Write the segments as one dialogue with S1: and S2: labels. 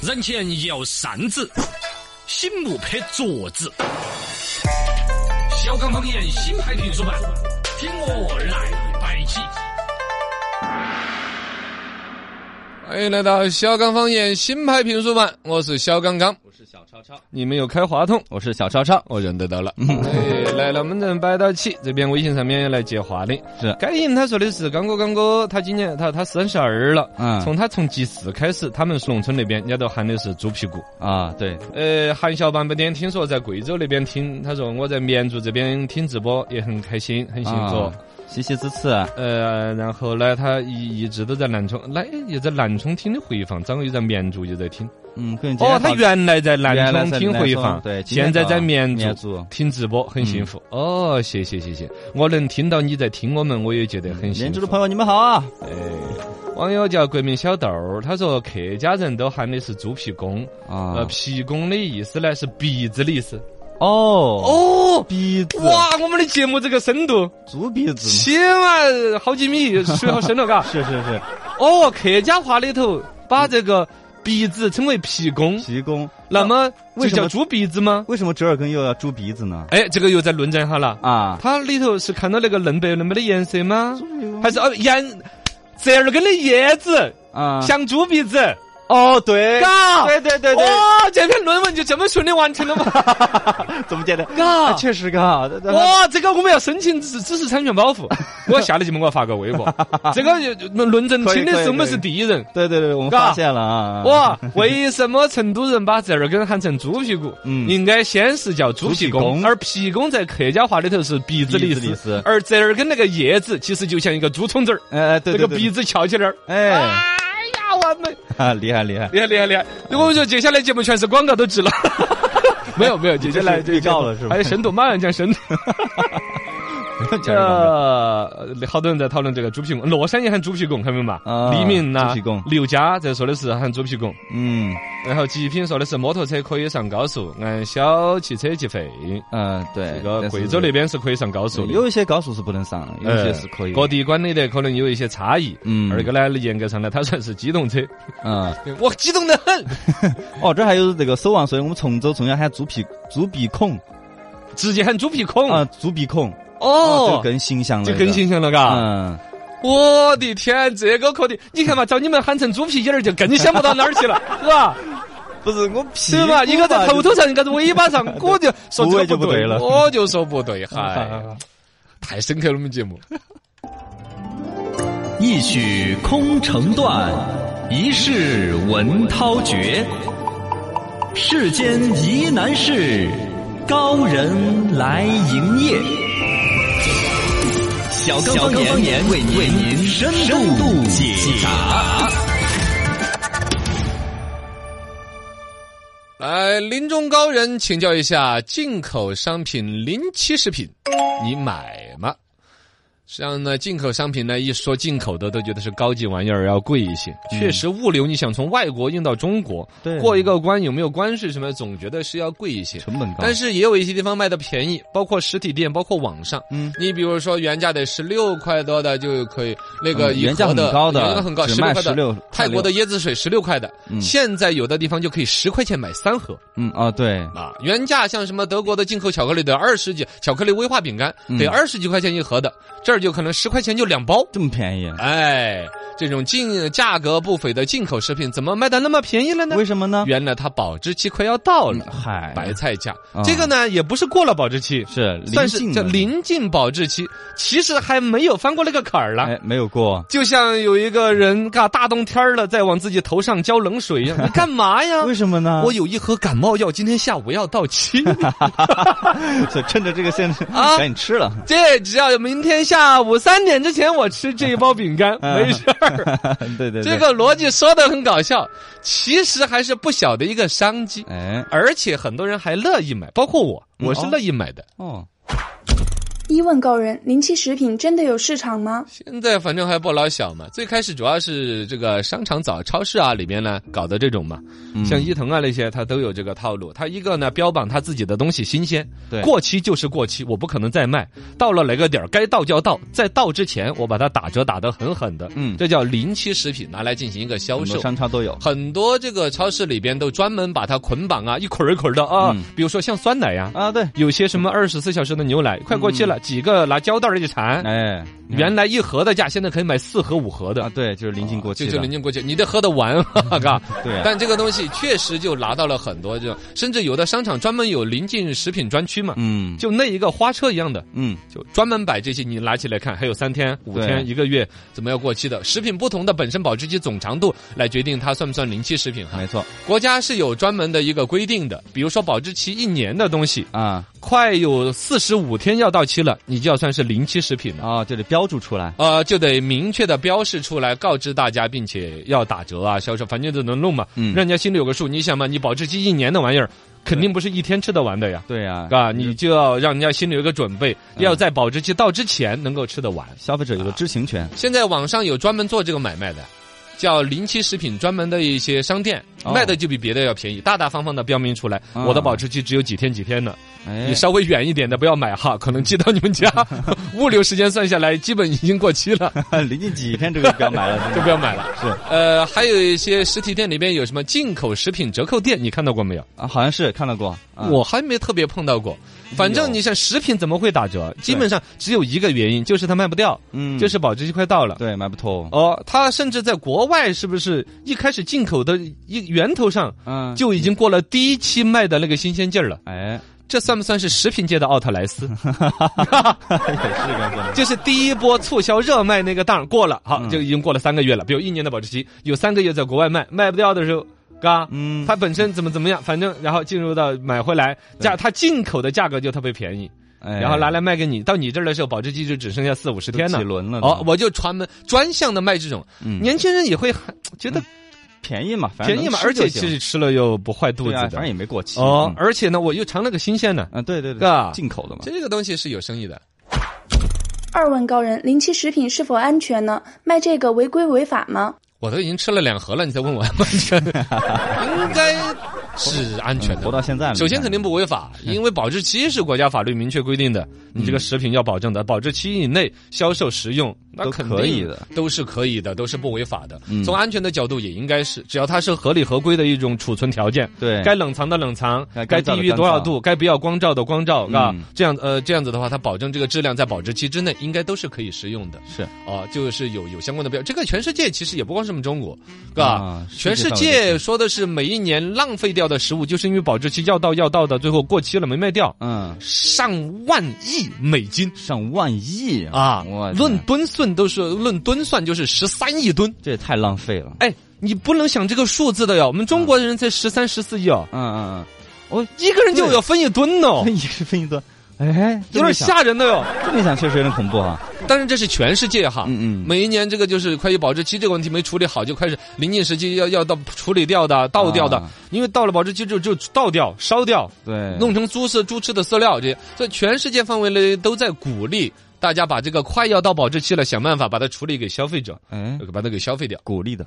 S1: 人前摇扇子，醒目拍桌子。小刚方言新派评书版，听我来摆起。
S2: 欢迎来到小刚方言新派评书版，我是小刚刚，
S3: 我是小超超，
S2: 你们有开话筒，
S3: 我是小超超，
S2: 我认得到了。哎，来了，门阵摆到起，这边微信上面来接话的
S3: 是
S2: 该莹，他说的是刚哥，刚哥，他今年他他三十二了，
S3: 嗯
S2: 从他从记事开始，他们农村那边人家都喊的是猪屁股。
S3: 啊，对，
S2: 呃，韩小半不点听说在贵州那边听，他说我在绵竹这边听直播也很开心，很幸福。
S3: 啊西西之次，
S2: 呃，然后呢，他一一直都在南充，来也在南充听的回放，张又在绵竹就在听。
S3: 嗯，个人
S2: 哦，他
S3: 原
S2: 原来在
S3: 原来
S2: 南充
S3: 在
S2: 听回
S3: 南
S2: 放，
S3: 充对今天
S2: 现在在
S3: 到
S2: 绵
S3: 民
S2: 竹
S3: 族
S2: 听直播，很幸福。哦，谢谢谢谢，我能听到你在听我们，我也觉得很幸
S3: 连
S2: 福
S3: 珠的。朋友你们好啊，
S2: 哎，网友叫国民小豆儿，他说客家人都喊的是猪皮公，呃，
S3: 啊，
S2: 皮公的意思呢是鼻子的意思。
S3: 哦，
S2: 哦，
S3: 鼻子，
S2: 哇，我们的节目这个深度，
S3: 猪鼻子，
S2: 起码好几米，水 好深了，嘎。
S3: 是是是，
S2: 哦，客家话里头把这个鼻子称为皮公，
S3: 皮公，
S2: 那么就
S3: 为什
S2: 叫
S3: 么
S2: 猪鼻子吗？
S3: 为什么折耳根又要猪鼻子呢？
S2: 哎，这个又在论证哈了。
S3: 啊，
S2: 它里头是看到那个嫩白嫩白的颜色吗？
S3: 嗯
S2: 还是哦颜折耳根的叶子
S3: 啊，
S2: 像猪鼻子？
S3: 哦，对，
S2: 嘎，
S3: 对对对对，
S2: 哇，这篇论文就这么顺利完成了吗？
S3: 怎么解的？
S2: 嘎
S3: 啊，。确实 嘎，
S2: 哇，这个我们要申请知知识产权 保护。我下来节目我要发个微博，这个就论证
S3: 可以
S2: 听的
S3: 可以
S2: 是我们
S3: 可以
S2: 是第一人。
S3: 对对对，我们
S2: 嘎
S3: 发现了啊，，
S2: 哇，为什么成都人把折耳根喊成猪屁股？
S3: 嗯
S2: 应该先是叫猪屁
S3: 猪屁
S2: 公，
S3: 公
S2: 而屁公在客家话里头是鼻子的意
S3: 鼻子的意
S2: 思
S3: 思，
S2: 而折耳根那个叶子其实就像一个猪虫子儿，
S3: 哎哎，对
S2: 那
S3: 对
S2: 个
S3: 对，
S2: 鼻子翘起来儿。哎
S3: 哎，
S2: 呀，完美！
S3: 啊， 厉害厉害，
S2: 厉害厉害厉害！我跟你说，接下来节目全是广告都值了。没有没 有，接下来
S3: 这是预告了是吧
S2: 还有深度，马上讲 深度。
S3: 全是广告
S2: 呃，好多人在讨论这个猪屁股，乐山也喊猪屁股，看到没嘛
S3: 啊？
S2: 黎明呐
S3: 猪屁股，
S2: 刘佳在说的是喊猪屁股。
S3: 嗯，
S2: 然后极品说的是摩托车可以上高速，按小汽车计费。
S3: 嗯，对，
S2: 这个
S3: 但是
S2: 贵州那边是可以上高速的，嗯
S3: 有一些高速是不能上，有一些是可以。
S2: 各哎地管理的可能有一些差异。
S3: 嗯
S2: 二个呢，严格上呢，它算是机动车。
S3: 嗯，
S2: 我激动的很，
S3: 哦，这还有这个守望所以我们崇州从要喊猪皮猪鼻孔
S2: 直接喊猪屁孔
S3: 啊，猪鼻孔，这
S2: 嗯哦
S3: 个，更形象了，
S2: 就更形象了，嘎。
S3: 嗯，
S2: 我的天，这个可的，你看嘛，找你们喊成猪屁眼儿，就更想不到哪儿 去了，是吧？
S3: 不是我屁
S2: 对吧？一个在头头上，一个在尾巴 上，我就说
S3: 部
S2: 这个
S3: 位就不对了
S2: 我就说不对， 嗨，太深刻了，我们节目。
S4: 一曲空城断，一世文涛绝。世间疑难事，高人来营业。小刚方言为您为您深度解答。
S2: 来，临终高人请教一下，进口商品临期食品，你买吗？实际上呢，进口商品呢，一说进口的，都觉得是高级玩意儿，要贵一些。确实，物流你想从外国运到中国，
S3: 嗯对
S2: 过一个关有没有关税什么，总觉得是要贵一些。
S3: 成本高，
S2: 但是也有一些地方卖的便宜，包括实体店，包括网上。
S3: 嗯
S2: 你比如说原价得十六块多的就可以，那个
S3: 嗯
S2: 一
S3: 原价
S2: 盒的
S3: 很高的
S2: 原价很高，
S3: 只
S2: 十六
S3: 卖
S2: 块的
S3: 16
S2: 泰国的椰子水十六块的，
S3: 嗯
S2: 现在有的地方就可以十块钱买三盒
S3: 嗯啊对，
S2: 啊。原价像什么德国的进口巧克力得二十几，巧克力威化饼干
S3: 嗯
S2: 得二十几块钱一盒的，这儿就可能十块钱就两包。
S3: 这么便宜，
S2: 哎，这种进价格不菲的进口食品怎么卖的那么便宜了呢
S3: 为？什么呢？
S2: 原来它保质期快要到了，
S3: 嗨，
S2: 白菜价
S3: 啊
S2: 这个呢也不是过了保质期，
S3: 是临
S2: 算是
S3: 近
S2: 叫
S3: 了
S2: 临近保质期，其实还没有翻过那个坎儿了。
S3: 哎没有过，
S2: 就像有一个人嘎大冬天儿了，再往自己头上浇冷水一 样，你干嘛呀？
S3: 为什么啊呢？
S2: 我有一盒感冒药，今天下午要到期，
S3: 所以 趁着这个现在
S2: 啊
S3: 赶紧吃了，
S2: 这只要明天下午三点之前我吃这一包饼干，没事儿。
S3: 对嗯 对对，
S2: 这个逻辑说的很搞笑，其实还是不小的一个商机，
S3: 哎
S2: 而且很多人还乐意买，包括我，我是
S3: 哦
S2: 乐意买的。
S3: 哦，
S5: 一问高人，临期食品真的有市场吗？
S2: 现在反正还不老小嘛，最开始主要是这个商场早超市啊里面呢搞的这种嘛，
S3: 嗯
S2: 像伊藤啊那些，它都有这个套路。它一个呢标榜它自己的东西新鲜，
S3: 对
S2: 过期就是过期，我不可能再卖。到了哪个点儿该到就要到，在到之前我把它打折打得狠狠的，
S3: 嗯
S2: 这叫临期食品，拿来进行一个销
S3: 很
S2: 售
S3: 多。商超都有。
S2: 很多这个超市里边都专门把它捆绑啊，一捆儿一捆儿的啊，
S3: 嗯
S2: 比如说像酸奶呀、
S3: 啊，对，
S2: 有些什么二十四小时的牛奶快过期了，
S3: 嗯
S2: 几个拿胶带儿一缠，
S3: 哎，
S2: 原来一盒的价，现在可以买四盒五盒
S3: 啊，
S2: 的。
S3: 对，就是临近过期
S2: 就哦
S3: 的，
S2: 就临近过期，你得喝得完， 哈哈。
S3: 对啊
S2: 但这个东西确实就拿到了很多这种，甚至有的商场专门有临近食品专区嘛，
S3: 嗯，
S2: 就那一个花车一样的，
S3: 嗯，
S2: 就专门摆这些，你拿起来看，还有三天、五天、
S3: 对
S2: 一个月，怎么要过期的？食品不同的本身保质期总长度来决定它算不算临期食品哈
S3: 没。错
S2: 国家是有专门的一个规定的，比如说保质期一年的东西，
S3: 啊，
S2: 快有四十五天要到期了，你就要算是临期食品了。
S3: 哦，就得标注出来，
S2: 呃，就得明确的标示出来，告知大家，并且要打折啊，销售，反正就能弄嘛，
S3: 嗯
S2: 让人家心里有个数。你想嘛，你保质期一年的玩意儿，肯定不是一天吃得完的呀，
S3: 对呀，
S2: 啊，你就要让人家心里有一个准备，
S3: 嗯
S2: 要在保质期到之前能够吃得完。
S3: 消费者有个知情权，
S2: 现在网上有专门做这个买卖的，叫临期食品专门的一些商店，
S3: 哦
S2: 卖的就比别的要便宜，大大方方的标明出来，
S3: 啊
S2: 我的保质期只有几天几天的，
S3: 哎
S2: 你， 稍微远一点的不要买哈，可能寄到你们 家，物流时间算下来基本已经过期了，
S3: 临近几天这个就不要买了，
S2: 就 不要买了。
S3: 是
S2: 呃，还有一些实体店里边有什么进口食品折扣店，你看到过没有？
S3: 啊，好像是看到过，啊
S2: 我还没特别碰到过。反正你想，食品怎么会打折？基本上只有一个原因，就是它卖不掉，
S3: 嗯，
S2: 就是保质期快到了。
S3: 对买不透，
S2: 哦，它甚至在国外是不是一开始进口的一源头上
S3: 嗯，
S2: 就已经过了第一期卖的那个新鲜劲儿了？
S3: 哎，
S2: 这算不算是食品界的奥特莱斯？
S3: 也是该说，
S2: 就是第一波促销热卖那个档儿过了，好，
S3: 嗯
S2: 就已经过了三个月了，比如一年的保质期，有三个月在国外卖，卖不掉的时候。嘎，
S3: 嗯
S2: 它本身怎么怎么样，反正然后进入到买回来价，它进口的价格就特别便宜，
S3: 哎
S2: 然后拿来卖给你，到你这儿的时候，保质期就只剩下四五十天
S3: 都
S2: 了
S3: 几。轮了呢，
S2: 哦，我就专门专项的卖这种，
S3: 嗯
S2: 年轻人也会很觉得
S3: 便宜嘛，反正
S2: 便宜嘛，
S3: 能
S2: 而
S3: 吃就
S2: 且
S3: 行
S2: 其实吃了又不坏肚
S3: 对
S2: 子
S3: 啊，反正
S2: 的。
S3: 也没过期，
S2: 哦
S3: 嗯，
S2: 而且呢，我又尝了个新鲜的，
S3: 啊，对对对
S2: 啊，
S3: 进口的嘛，
S2: 这个东西是有生意的。
S5: 二问高人，临期食品是否安全呢？卖这个违规违法吗？
S2: 我都已经吃了两盒了，你再问我 安不安全？应该是安全
S3: 嗯活到
S2: 的。
S3: 现在了，
S2: 首先肯定
S3: 不，
S2: 不违法，
S3: 嗯
S2: 因为保质期是国家法律明确规定的，你这个食品要保证的，保质期以内销售食用，那
S3: 都
S2: 肯
S3: 可
S2: 定
S3: 以的，
S2: 都是可以的，都是不违法的。
S3: 嗯
S2: 从安全的角度也应该是，只要它是合理合规的一种储存条件，
S3: 对，
S2: 该冷藏的冷藏
S3: 该，
S2: 该
S3: 干燥
S2: 低
S3: 的
S2: 于
S3: 干
S2: 多少
S3: 燥
S2: 度，该不要光照的光照，是吧
S3: 嗯？
S2: 这样呃，这样子的话，它保证这个质量在保质期之内，应该都是可以食用的。
S3: 是
S2: 哦，就是有有相关的标，这个全世界其实也不光是我们中国，是吧
S3: 啊？世界
S2: 全世
S3: 范围
S2: 界说的是每一年浪费掉的食物，就是因为保质期要到要到的，最后过期了没卖掉，
S3: 嗯，
S2: 上万亿美金
S3: 上万亿
S2: 啊
S3: 哎我！天
S2: 论吨算都是论吨算就是十三亿吨，
S3: 这也太浪费了，
S2: 哎，你不能想这个数字的哟，我们中国人才十三十四亿哦。
S3: 嗯嗯嗯，我
S2: 一个人就
S3: 对
S2: 要分一吨呢、
S3: 分一个分一顿，哦哎，
S2: 有点
S3: 吓，
S2: 吓人的哟。
S3: 这么一想确实有点恐怖哈，
S2: 但是这是全世界哈，
S3: 嗯嗯
S2: 每一年这个就是快有保质期这个问题没处理好，就开始临近时期要要到处理掉的、倒掉的，
S3: 啊
S2: 因为到了保质期就就倒掉、烧掉，
S3: 对，
S2: 弄成猪饲、猪吃的饲料这些，所以全世界范围内都在鼓励大家把这个快要到保质期了，想办法把它处理给消费者，
S3: 哎，
S2: 把它给消费掉。
S3: 鼓励的，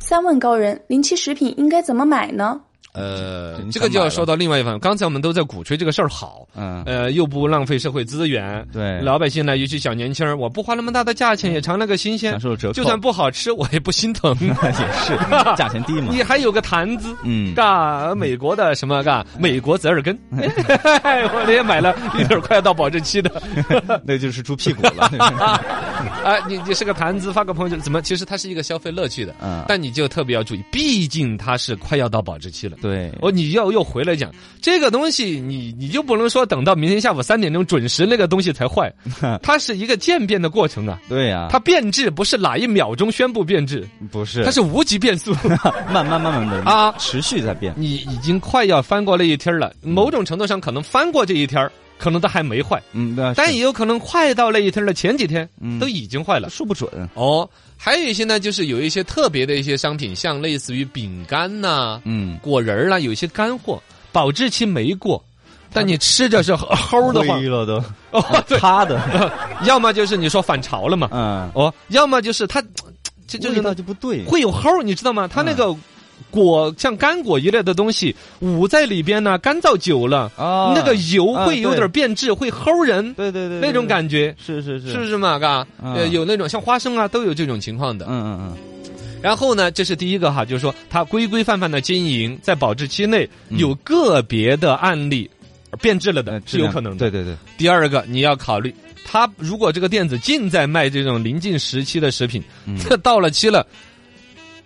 S5: 三问高人，临期食品应该怎么买呢？
S2: 呃
S3: 这，你
S2: 这个
S3: 嗯想
S2: 就要
S3: 买
S2: 说
S3: 了
S2: 到另外一方面，刚才我们都在鼓吹这个事儿好，
S3: 嗯，
S2: 呃，又不浪费社会资源，
S3: 对嗯
S2: 老百姓呢，尤其小年轻儿，我不花那么大的价钱，也尝了个新鲜
S3: 享，受折扣，
S2: 就算不好吃，我也不心 疼。
S3: 也是价钱 低嘛，
S2: 你还有个谈资，
S3: 嗯，
S2: 嘎，美国的什么嘎，美国折耳根， 哎我那天买 了一点儿快要到保质期的，
S3: 那就是猪屁股了，
S2: 啊，你你是个谈资，发个朋友圈，怎么？其实它是一个消费乐趣的，
S3: 嗯，
S2: 但你就特别要注意，毕竟它是快要到保质期了。
S3: 对，
S2: 哦，你要又回来讲这个东西你，你就不能说等到明天下午三点钟准时那个东西才 坏，它是一个渐变的过程啊。
S3: 对呀，
S2: 它变质不是哪一秒钟宣布变质，
S3: 不是，
S2: 它是无极变速
S3: 慢慢慢慢的
S2: 啊。
S3: 持续在变，
S2: 你已经快要翻过那一天儿了，
S3: 嗯
S2: 某种程度上可能翻过这一天儿，可能它还没坏，
S3: 嗯，那
S2: 但
S3: 是
S2: 也有可能快到那一天儿的前几天
S3: 嗯
S2: 都已经坏了。
S3: 说不准，
S2: 哦，还有一些呢，就是有一些特别的一些商品，像类似于饼干呐、
S3: 嗯，
S2: 果仁儿啦，有一些干货，保质期没过。
S3: 啊
S2: 但你吃着是齁的
S3: 灰
S2: 慌，
S3: 了 都，
S2: 哦，对，
S3: 塌 的，
S2: 要么就是你说反潮了嘛，
S3: 嗯，
S2: 哦，要么就是它，这就是
S3: 味
S2: 呢
S3: 道就不对，
S2: 会有齁儿，你知道吗？它那个果像干果一类的东西捂在里边呢，干燥久了，
S3: 啊
S2: 那个油
S3: 啊
S2: 会有
S3: 对
S2: 点变质，会齁人
S3: 对对对，对
S2: 那种感觉，
S3: 是是是
S2: 是不，是嘛？嘎，
S3: 嗯
S2: 呃，有那种像花生啊，都有这种情况的。
S3: 嗯嗯嗯，
S2: 然后呢，这是第一个哈，就是说它规规范范的经营，在保质期内有个别的案例变质了的
S3: 嗯呃，
S2: 是有可能的。
S3: 对对对，
S2: 第二个你要考虑，他如果这个店子尽在卖这种临近时期的食品，
S3: 嗯
S2: 这到了期了，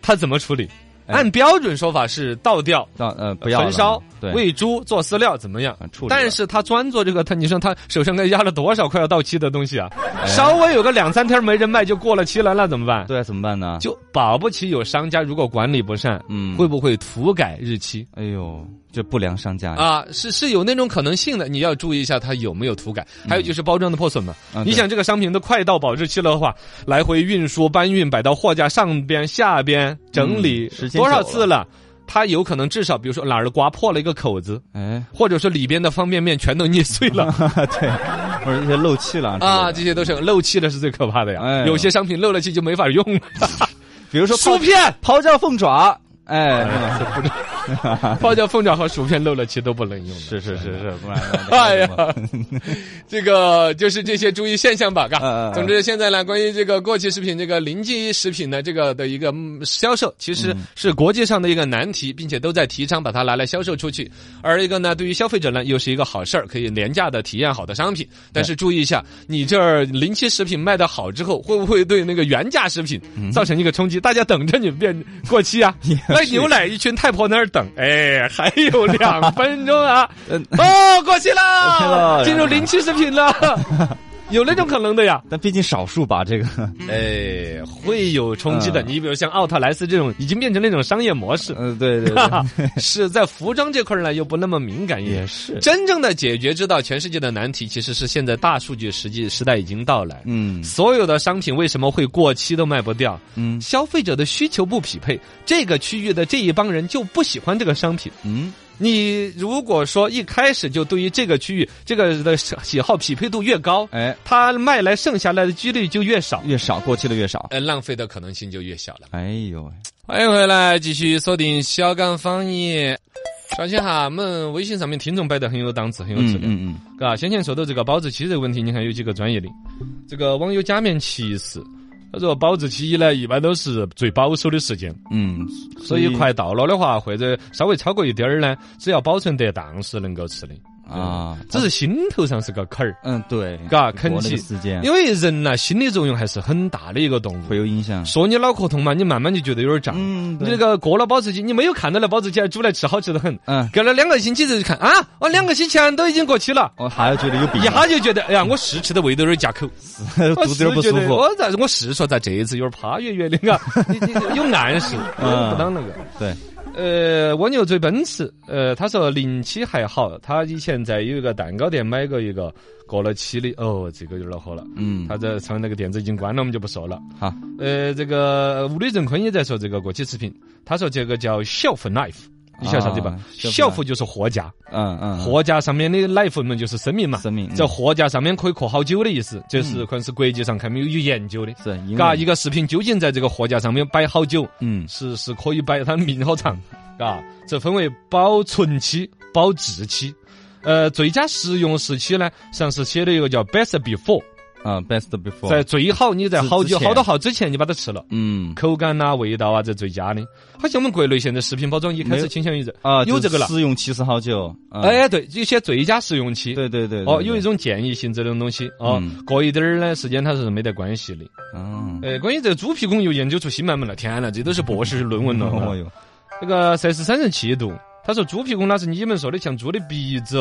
S2: 他怎么处理？
S3: 哎
S2: 按标准说法是倒掉、
S3: 到呃不要了
S2: 焚烧、
S3: 对，
S2: 喂猪、做饲料怎么样
S3: 啊？处理
S2: 但是他专做这个，他你说他手上该压了多少快要到期的东西啊？
S3: 哎
S2: 稍微有个两三天没人卖就过了期了，那怎么办？
S3: 对怎么办呢？
S2: 就保不齐有商家如果管理不善，
S3: 嗯
S2: 会不会涂改日期？
S3: 哎呦，这不良商家呀，
S2: 啊，是是有那种可能性的，你要注意一下它有没有涂改。还有就是包装的破损嘛，
S3: 嗯啊
S2: 你
S3: 对
S2: 想这个商品都快到保质期了的话，来回运输、搬运，摆到货架上边、下边整理、
S3: 嗯时间
S2: 多少
S3: 久
S2: 次了？它有可能至少，比如说哪儿刮破了一个口子，
S3: 哎，
S2: 或者说里边的方便面全都捏碎了
S3: 对，或者一些漏气了
S2: 啊，
S3: 之
S2: 这些都是漏气的，是最可怕的呀。
S3: 哎呦
S2: 有些商品漏了气就没法用 了，
S3: 类的比如说
S2: 薯
S3: 泡
S2: 片、啊
S3: 泡椒凤爪，哎，
S2: 泡椒凤爪和薯片漏了气都不能用了。
S3: 是是是是，不然
S2: 哎呀，这个就是这些注意现象吧，嘎。
S3: 嗯嗯嗯
S2: 总之，现在呢，关于这个过期食品、这个临近食品的这个的一个嗯销售，其实
S3: 嗯
S2: 是国际上的一个难题，并且都在提倡把它拿来销售出去。而一个呢，对于消费者呢，又是一个好事儿，可以廉价的体验好的商品。但是注意一下，你这儿临期食品卖的好之后，会不会对那个原价食品
S3: 嗯
S2: 造成一个冲击？大家等着你变过期 啊！那牛奶一群太婆那儿等，哎，还有两分钟 啊！
S3: 嗯
S2: 哦，过期了，
S3: 过期了
S2: 进入临期食品 了，有那种可能的呀。
S3: 但毕竟 少数吧，这个
S2: 哎，会有冲击的。
S3: 嗯
S2: 你比如像奥特莱斯这种，已经变成那种商业模式。
S3: 嗯，对对对，
S2: 是在服装这块儿呢，又不那么敏感一点
S3: 也。是，
S2: 真正的解决之道，全世界的难题其实是现在大数据实际时代已经到来。
S3: 嗯
S2: 所有的商品为什么会过期都卖不掉？
S3: 嗯
S2: 消费者的需求不匹配，这个区域的这一帮人就不喜欢这个商品。
S3: 嗯，
S2: 你如果说一开始就对于这个区域这个的喜好匹配度越高，
S3: 哎，
S2: 它卖来剩下来的几率就越少，
S3: 越少过期的越少，
S2: 呃，浪费的可能性就越小了。
S3: 哎呦喂，
S2: 欢迎回来，继续锁定小岗方言。首先哈，我们微信上面听众摆得很有档次，很有质量，
S3: 嗯嗯嗯，
S2: 嘎、先前说到这个保质期这个问题，你看有几个专业的，这个网友假面骑士。他说保质期呢，一般都是最保守的时间，
S3: 嗯，
S2: 所以快到了的话，或者稍微超过一点儿呢，只要保存得当是能够吃的。
S3: 啊，
S2: 只是心头上是个坎儿，
S3: 嗯对，
S2: 嗯嘎啃
S3: 起
S2: 起
S3: 时间
S2: 因为人呐、心理作用还是很大的一个动物
S3: 哎会。有影响，
S2: 说你脑壳痛嘛，你慢慢就觉得有点胀。
S3: 嗯，
S2: 你
S3: 对
S2: 那个过了保质期，你没有看到那保质期还煮来吃，好吃的很。
S3: 嗯，
S2: 隔了两个星期之后就看啊，哦，两个星期前都已经过期了。
S3: 我还要觉得有病
S2: 一，下就觉得，哎呀，我是吃的胃都有点夹口，我
S3: 肚子
S2: 是
S3: 有点不
S2: 觉
S3: 舒
S2: 得
S3: 服，
S2: 我咋我是说咋这一次有点趴圆圆的啊，你你你有暗示，
S3: 嗯
S2: 不当那个。
S3: 对，
S2: 呃，蜗牛追奔驰，呃，他说零七还好，他以前在有一个蛋糕店买过一个过了期的，哦，这个有点恼火了。
S3: 嗯
S2: 他，在上那个店子已经关了，我们就不说了。
S3: 好，
S2: 呃，这个吴磊正坤也在说这个过期食品，他说这个叫 shelf knife，你晓得啥对吧
S3: 啊，shelf
S2: ？shelf 就是货架，
S3: 嗯嗯，
S2: 货架上面的 knife 嘛就是生命嘛，
S3: 生命嗯
S2: 在货架上面可以刻好久的意思，这是可能是国际上看没有有研究的。
S3: 是，因
S2: 嘎，
S3: 为
S2: 一个食品究竟在这个货架上面摆好久，
S3: 嗯
S2: 是是可以摆，它的命好长，嘎，这分为保存期、保质期。呃，最佳食用时期呢，上是写的一个叫 best before，
S3: 啊，best before，
S2: 在最好你在
S3: 之
S2: 好久
S3: 之前
S2: 好多好之前你把它吃了，
S3: 嗯
S2: 口感呐、味道啊，这最佳的。好像我们国内现在食品包装一开
S3: 没
S2: 始
S3: 有
S2: 倾向于这，
S3: 啊，
S2: 有
S3: 就
S2: 这个了
S3: 试用期是好久，嗯，
S2: 哎，对，有些最佳食用期。
S3: 对对对，
S2: 哦，
S3: 对
S2: 有一，种建议性这种东西哦
S3: 嗯，
S2: 过一点儿呢时间它是没得关系的。
S3: 对嗯，
S2: 呃，关于这个猪皮孔又研究出新门门了，天呐，啊这都是博士论文了。
S3: 哦哟，
S2: 那个摄氏三十七度。他说猪屁股那是你们说的像猪的鼻子，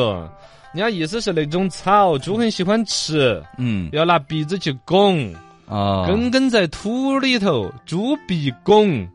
S2: 人家意思是那种草，猪很喜欢吃，
S3: 嗯
S2: 要拿鼻子去拱，
S3: 啊，
S2: 根根在土里头，猪鼻
S3: 嗯
S2: 拱，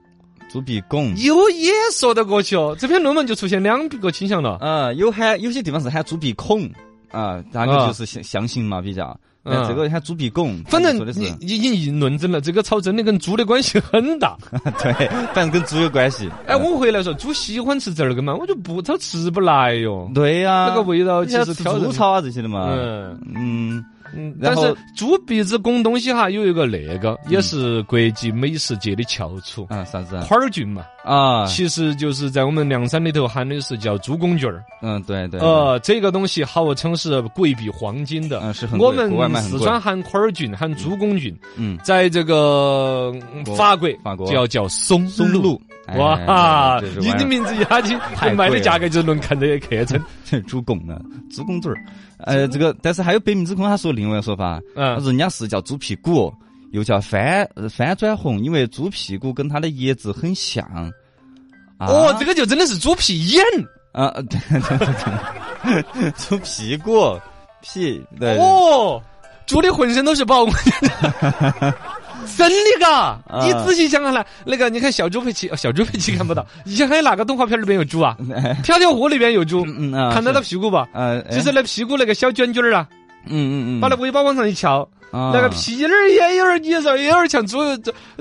S3: 猪鼻拱。
S2: 有也说得过去哦。这篇论文就出现两个倾
S3: 啊
S2: 向了，
S3: 啊，有喊有些地方是喊猪鼻孔啊，那个就是详详情嘛比较，哎
S2: 嗯
S3: 这个你看猪鼻拱，
S2: 反正
S3: 说的是
S2: 你已经议论证了，这个草真的跟猪的关系很大。
S3: 对，反正跟猪有关系。
S2: 哎，我回来说，猪喜欢吃这儿个嘛，我就不，它吃不来哟。
S3: 嗯对呀、
S2: 那个味道其实
S3: 啊你像吃
S2: 挑人
S3: 猪草啊这些的嘛。
S2: 嗯
S3: 嗯，
S2: 嗯，
S3: 然
S2: 但
S3: 后嗯
S2: 是猪鼻子拱东西哈，有一个那个也是国际美食界的翘楚，
S3: 啊，啥子啊？
S2: 块儿菌嘛，
S3: 啊，
S2: 其实就是在我们凉山里头喊的是叫猪拱菌儿。
S3: 嗯，对对，
S2: 呃，这个东西号称是贵比黄金的，
S3: 嗯是很贵
S2: 我们
S3: 国外卖很
S2: 四
S3: 贵
S2: 川喊块儿菌，喊猪拱菌，
S3: 嗯，
S2: 在这个嗯
S3: 国
S2: 法国
S3: 法国
S2: 就要叫松
S3: 松露，哎
S2: 哇
S3: 这是，
S2: 你
S3: 玩意
S2: 的
S3: 儿
S2: 名字一下就
S3: 太贵了
S2: 卖的价格就能看得客称。
S3: 这哎猪拱呢，猪拱嘴儿。呃，这个，但是还有北冥之空，他说另外一个说法，
S2: 嗯
S3: 人家是叫猪屁股，又叫翻呃翻转红，因为猪屁股跟它的叶子很像。啊
S2: 哦，这个就真的是猪皮眼。
S3: 啊， 对对对对，猪屁股屁对，
S2: 哦，猪的浑身都是包， 我觉得真的嘎！
S3: 啊
S2: 你仔细想想来，那个你看小猪佩奇，哦小猪佩奇看不 到，以前还有哪个动画片里边有猪啊？跳跳虎里边有猪，
S3: 嗯啊，
S2: 看到
S3: 是
S2: 它，屁股吧？
S3: 呃，哎
S2: 就是那屁股那个小卷卷儿啊，
S3: 嗯嗯嗯，
S2: 把那尾巴往上一翘，
S3: 啊
S2: 那个，皮儿也有点，也有点像猪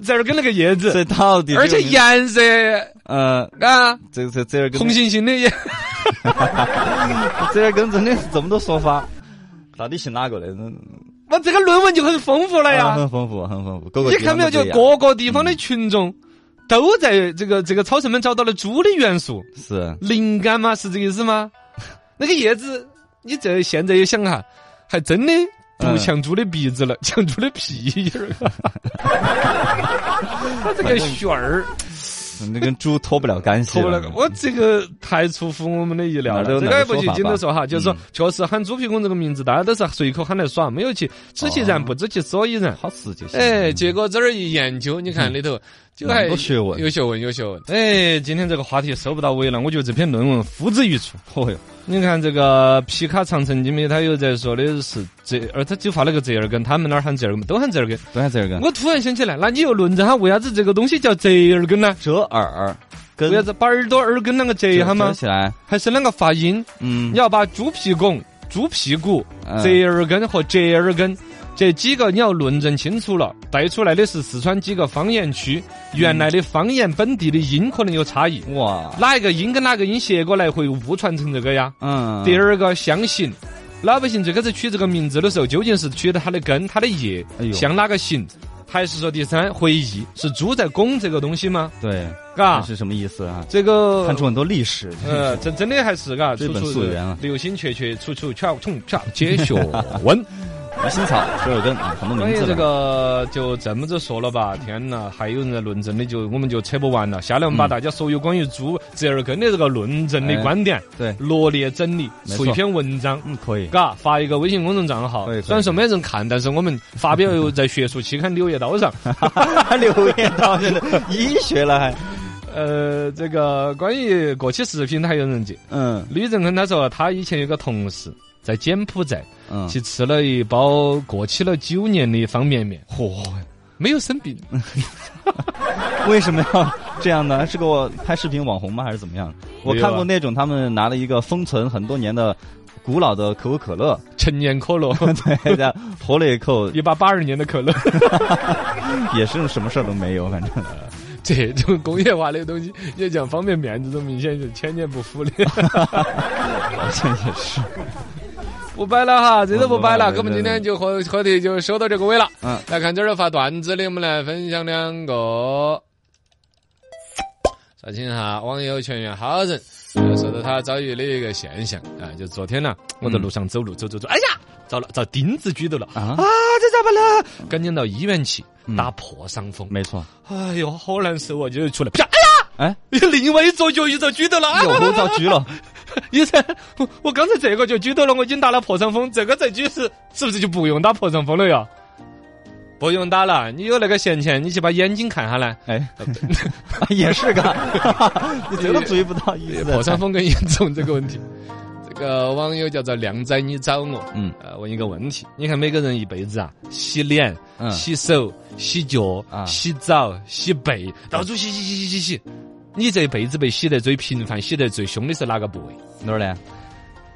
S2: 这儿跟那个叶子，
S3: 这到底
S2: 而
S3: 这
S2: 且
S3: 个
S2: 颜色
S3: 呃，
S2: 啊，
S3: 这这这儿跟
S2: 红猩猩的 也。
S3: 这儿跟真的是这么多说法，到底信哪个呢？
S2: 我这个论文就很丰富了
S3: 哎
S2: 呀！
S3: 很丰富，很丰富，各个
S2: 你
S3: 地
S2: 看
S3: 方
S2: 没有，
S3: 都
S2: 就
S3: 不一样
S2: 各个地方的群众都在这个这个草上面找到了猪的元素，
S3: 是
S2: 灵感吗？是这个意思吗？那个叶子，你这现在一想哈，还真的不
S3: 嗯
S2: 像猪的鼻子了， 像猪的屁眼儿。他 这个旋儿，
S3: 那跟猪脱不了干系
S2: 错
S3: 了，
S2: 了，我这个太出乎我们的意料了。
S3: 哪儿都
S2: 这个也不
S3: 哪儿
S2: 去
S3: 都
S2: 紧着说哈，
S3: 嗯
S2: 就是说，确实喊猪屁股这个名字，大家都是随口喊来耍，没有去知其然不知其所以然。
S3: 好吃就行。
S2: 哎，结果这儿一研究，你看里头就还
S3: 蛮多学问
S2: 有学问，有学问。哎，今天这个话题收不到尾了，我觉得这篇论文呼之欲出。
S3: 哦哟，
S2: 你看这个皮卡长城经理，他又在说的是这，而他就发了个折耳根，他们那儿喊折耳根，都喊折耳根。
S3: 都看这儿个
S2: 我突然想起来，那你又论证他为啥子这个东西叫折耳根呢？
S3: 折耳跟
S2: 为啥子把耳朵耳根啷个折一下
S3: 折
S2: 嘛？
S3: 起来，
S2: 还是啷个发音？
S3: 嗯
S2: 你，要把猪屁股、猪屁股、
S3: 嗯
S2: 折耳根和折耳根这几个你要论证清楚了，带出来的是四川几个方言区
S3: 嗯
S2: 原来的方言本地的音可能有差
S3: 啊
S2: 异，
S3: 哇，
S2: 哪一个音跟哪个音谐过来会误传成这个呀？
S3: 嗯，
S2: 第二个象形。老百姓最开始取这个名字的时候，究竟是取的它的根、它的叶
S3: 哎，呦
S2: 像哪个形？还是说第三回忆是猪在拱这个东西吗？
S3: 对，这
S2: 嘎，
S3: 是什么意思啊？
S2: 这个
S3: 看出很多历史，
S2: 呃，真真的还是嘎，
S3: 追
S2: 处
S3: 本
S2: 处
S3: 溯源啊
S2: 流行确确，处处巧冲 巧解学问。
S3: 新草折耳根啊，很多
S2: 关
S3: 名
S2: 于
S3: 字
S2: 这
S3: 了。
S2: 个就这么子说了吧，天呐，还有人在论证的就我们就扯不完了。下来我们把大家所有关于猪折耳根的这个论证的
S3: 哎
S2: 观点
S3: 对
S2: 罗列整理，
S3: 没
S2: 出一
S3: 错
S2: 篇文章。
S3: 嗯，可以，
S2: 嘎，发一个微信公众账号
S3: 可以可，以
S2: 虽然说没人看，但是我们发表于在学术期刊《柳叶刀》 上。
S3: 留言到现在医学了还，
S2: 呃，这个关于过期食品，还有人接。
S3: 嗯
S2: 吕正亨他说，他以前有个同事在柬埔寨，
S3: 嗯，
S2: 去吃了一包过期了九年的方便面，
S3: 嚯，
S2: 没有生病，
S3: 为什么要这样呢？是给我拍视频网红吗？还是怎么样？我看过那种他们拿了一个封存很多年的古老的可口可乐，
S2: 陈年可乐，
S3: 对 的，喝了一口，
S2: 一把八二年的可乐，
S3: 也是什么事儿都没有，反正。
S2: 这 种工业化的东西，要讲方便面这种，明显是千年不腐的。
S3: 好像也是。
S2: 不摆了哈，这都不摆了，
S3: 不摆了
S2: 哥们今天就话话题就说到这个位了。
S3: 嗯，
S2: 来看这儿发段子的，我们来分享两个。再请哈，网友全员好人，呃说到他遭遇的一个现象啊，就昨天呢，我在路上走路，走走走，哎呀，遭了遭钉子举到了
S3: 啊
S2: 啊，这咋办呢？赶紧到医院去
S3: 嗯
S2: 打破伤风，
S3: 没错。
S2: 哎呦，好难受啊！就是出来，啪，哎
S3: 哎，
S2: 呀，另外一左脚一遭举到了，啊
S3: 又遭狙了，
S2: 医生，我我刚才这个就举到了，我已经打了破伤风，这个再举是是不是就不用打破伤风了呀？不用打了，你有那个闲钱，你去把眼睛看下来。
S3: 哎， 也是 个，你这都注意不到意思。
S2: 破伤风更严重这个问题。这个网友叫做靓仔，你找我，
S3: 嗯
S2: 呃，问一个问题，你看每个人一辈子啊，洗脸、
S3: 嗯
S2: 洗手、洗脚、
S3: 啊
S2: 洗澡、洗背，到处洗洗洗洗洗洗。你这辈子被洗得最频繁、洗得最凶的是哪个部位？
S3: 哪儿呢？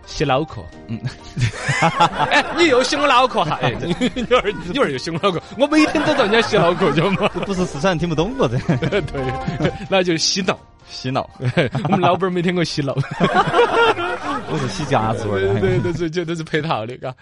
S2: 洗脑壳。嗯，哎，你又洗我脑壳哈？哎，你你儿你儿又洗我脑壳，我每天都在人家洗脑壳，晓得吗？
S3: 不是四川人听不懂我这。
S2: 对，那就是洗脑。
S3: 洗脑，
S2: 我们老板儿每天给我洗脑。
S3: 我是洗家族的。
S2: 对，都是就都是配套的，嘎。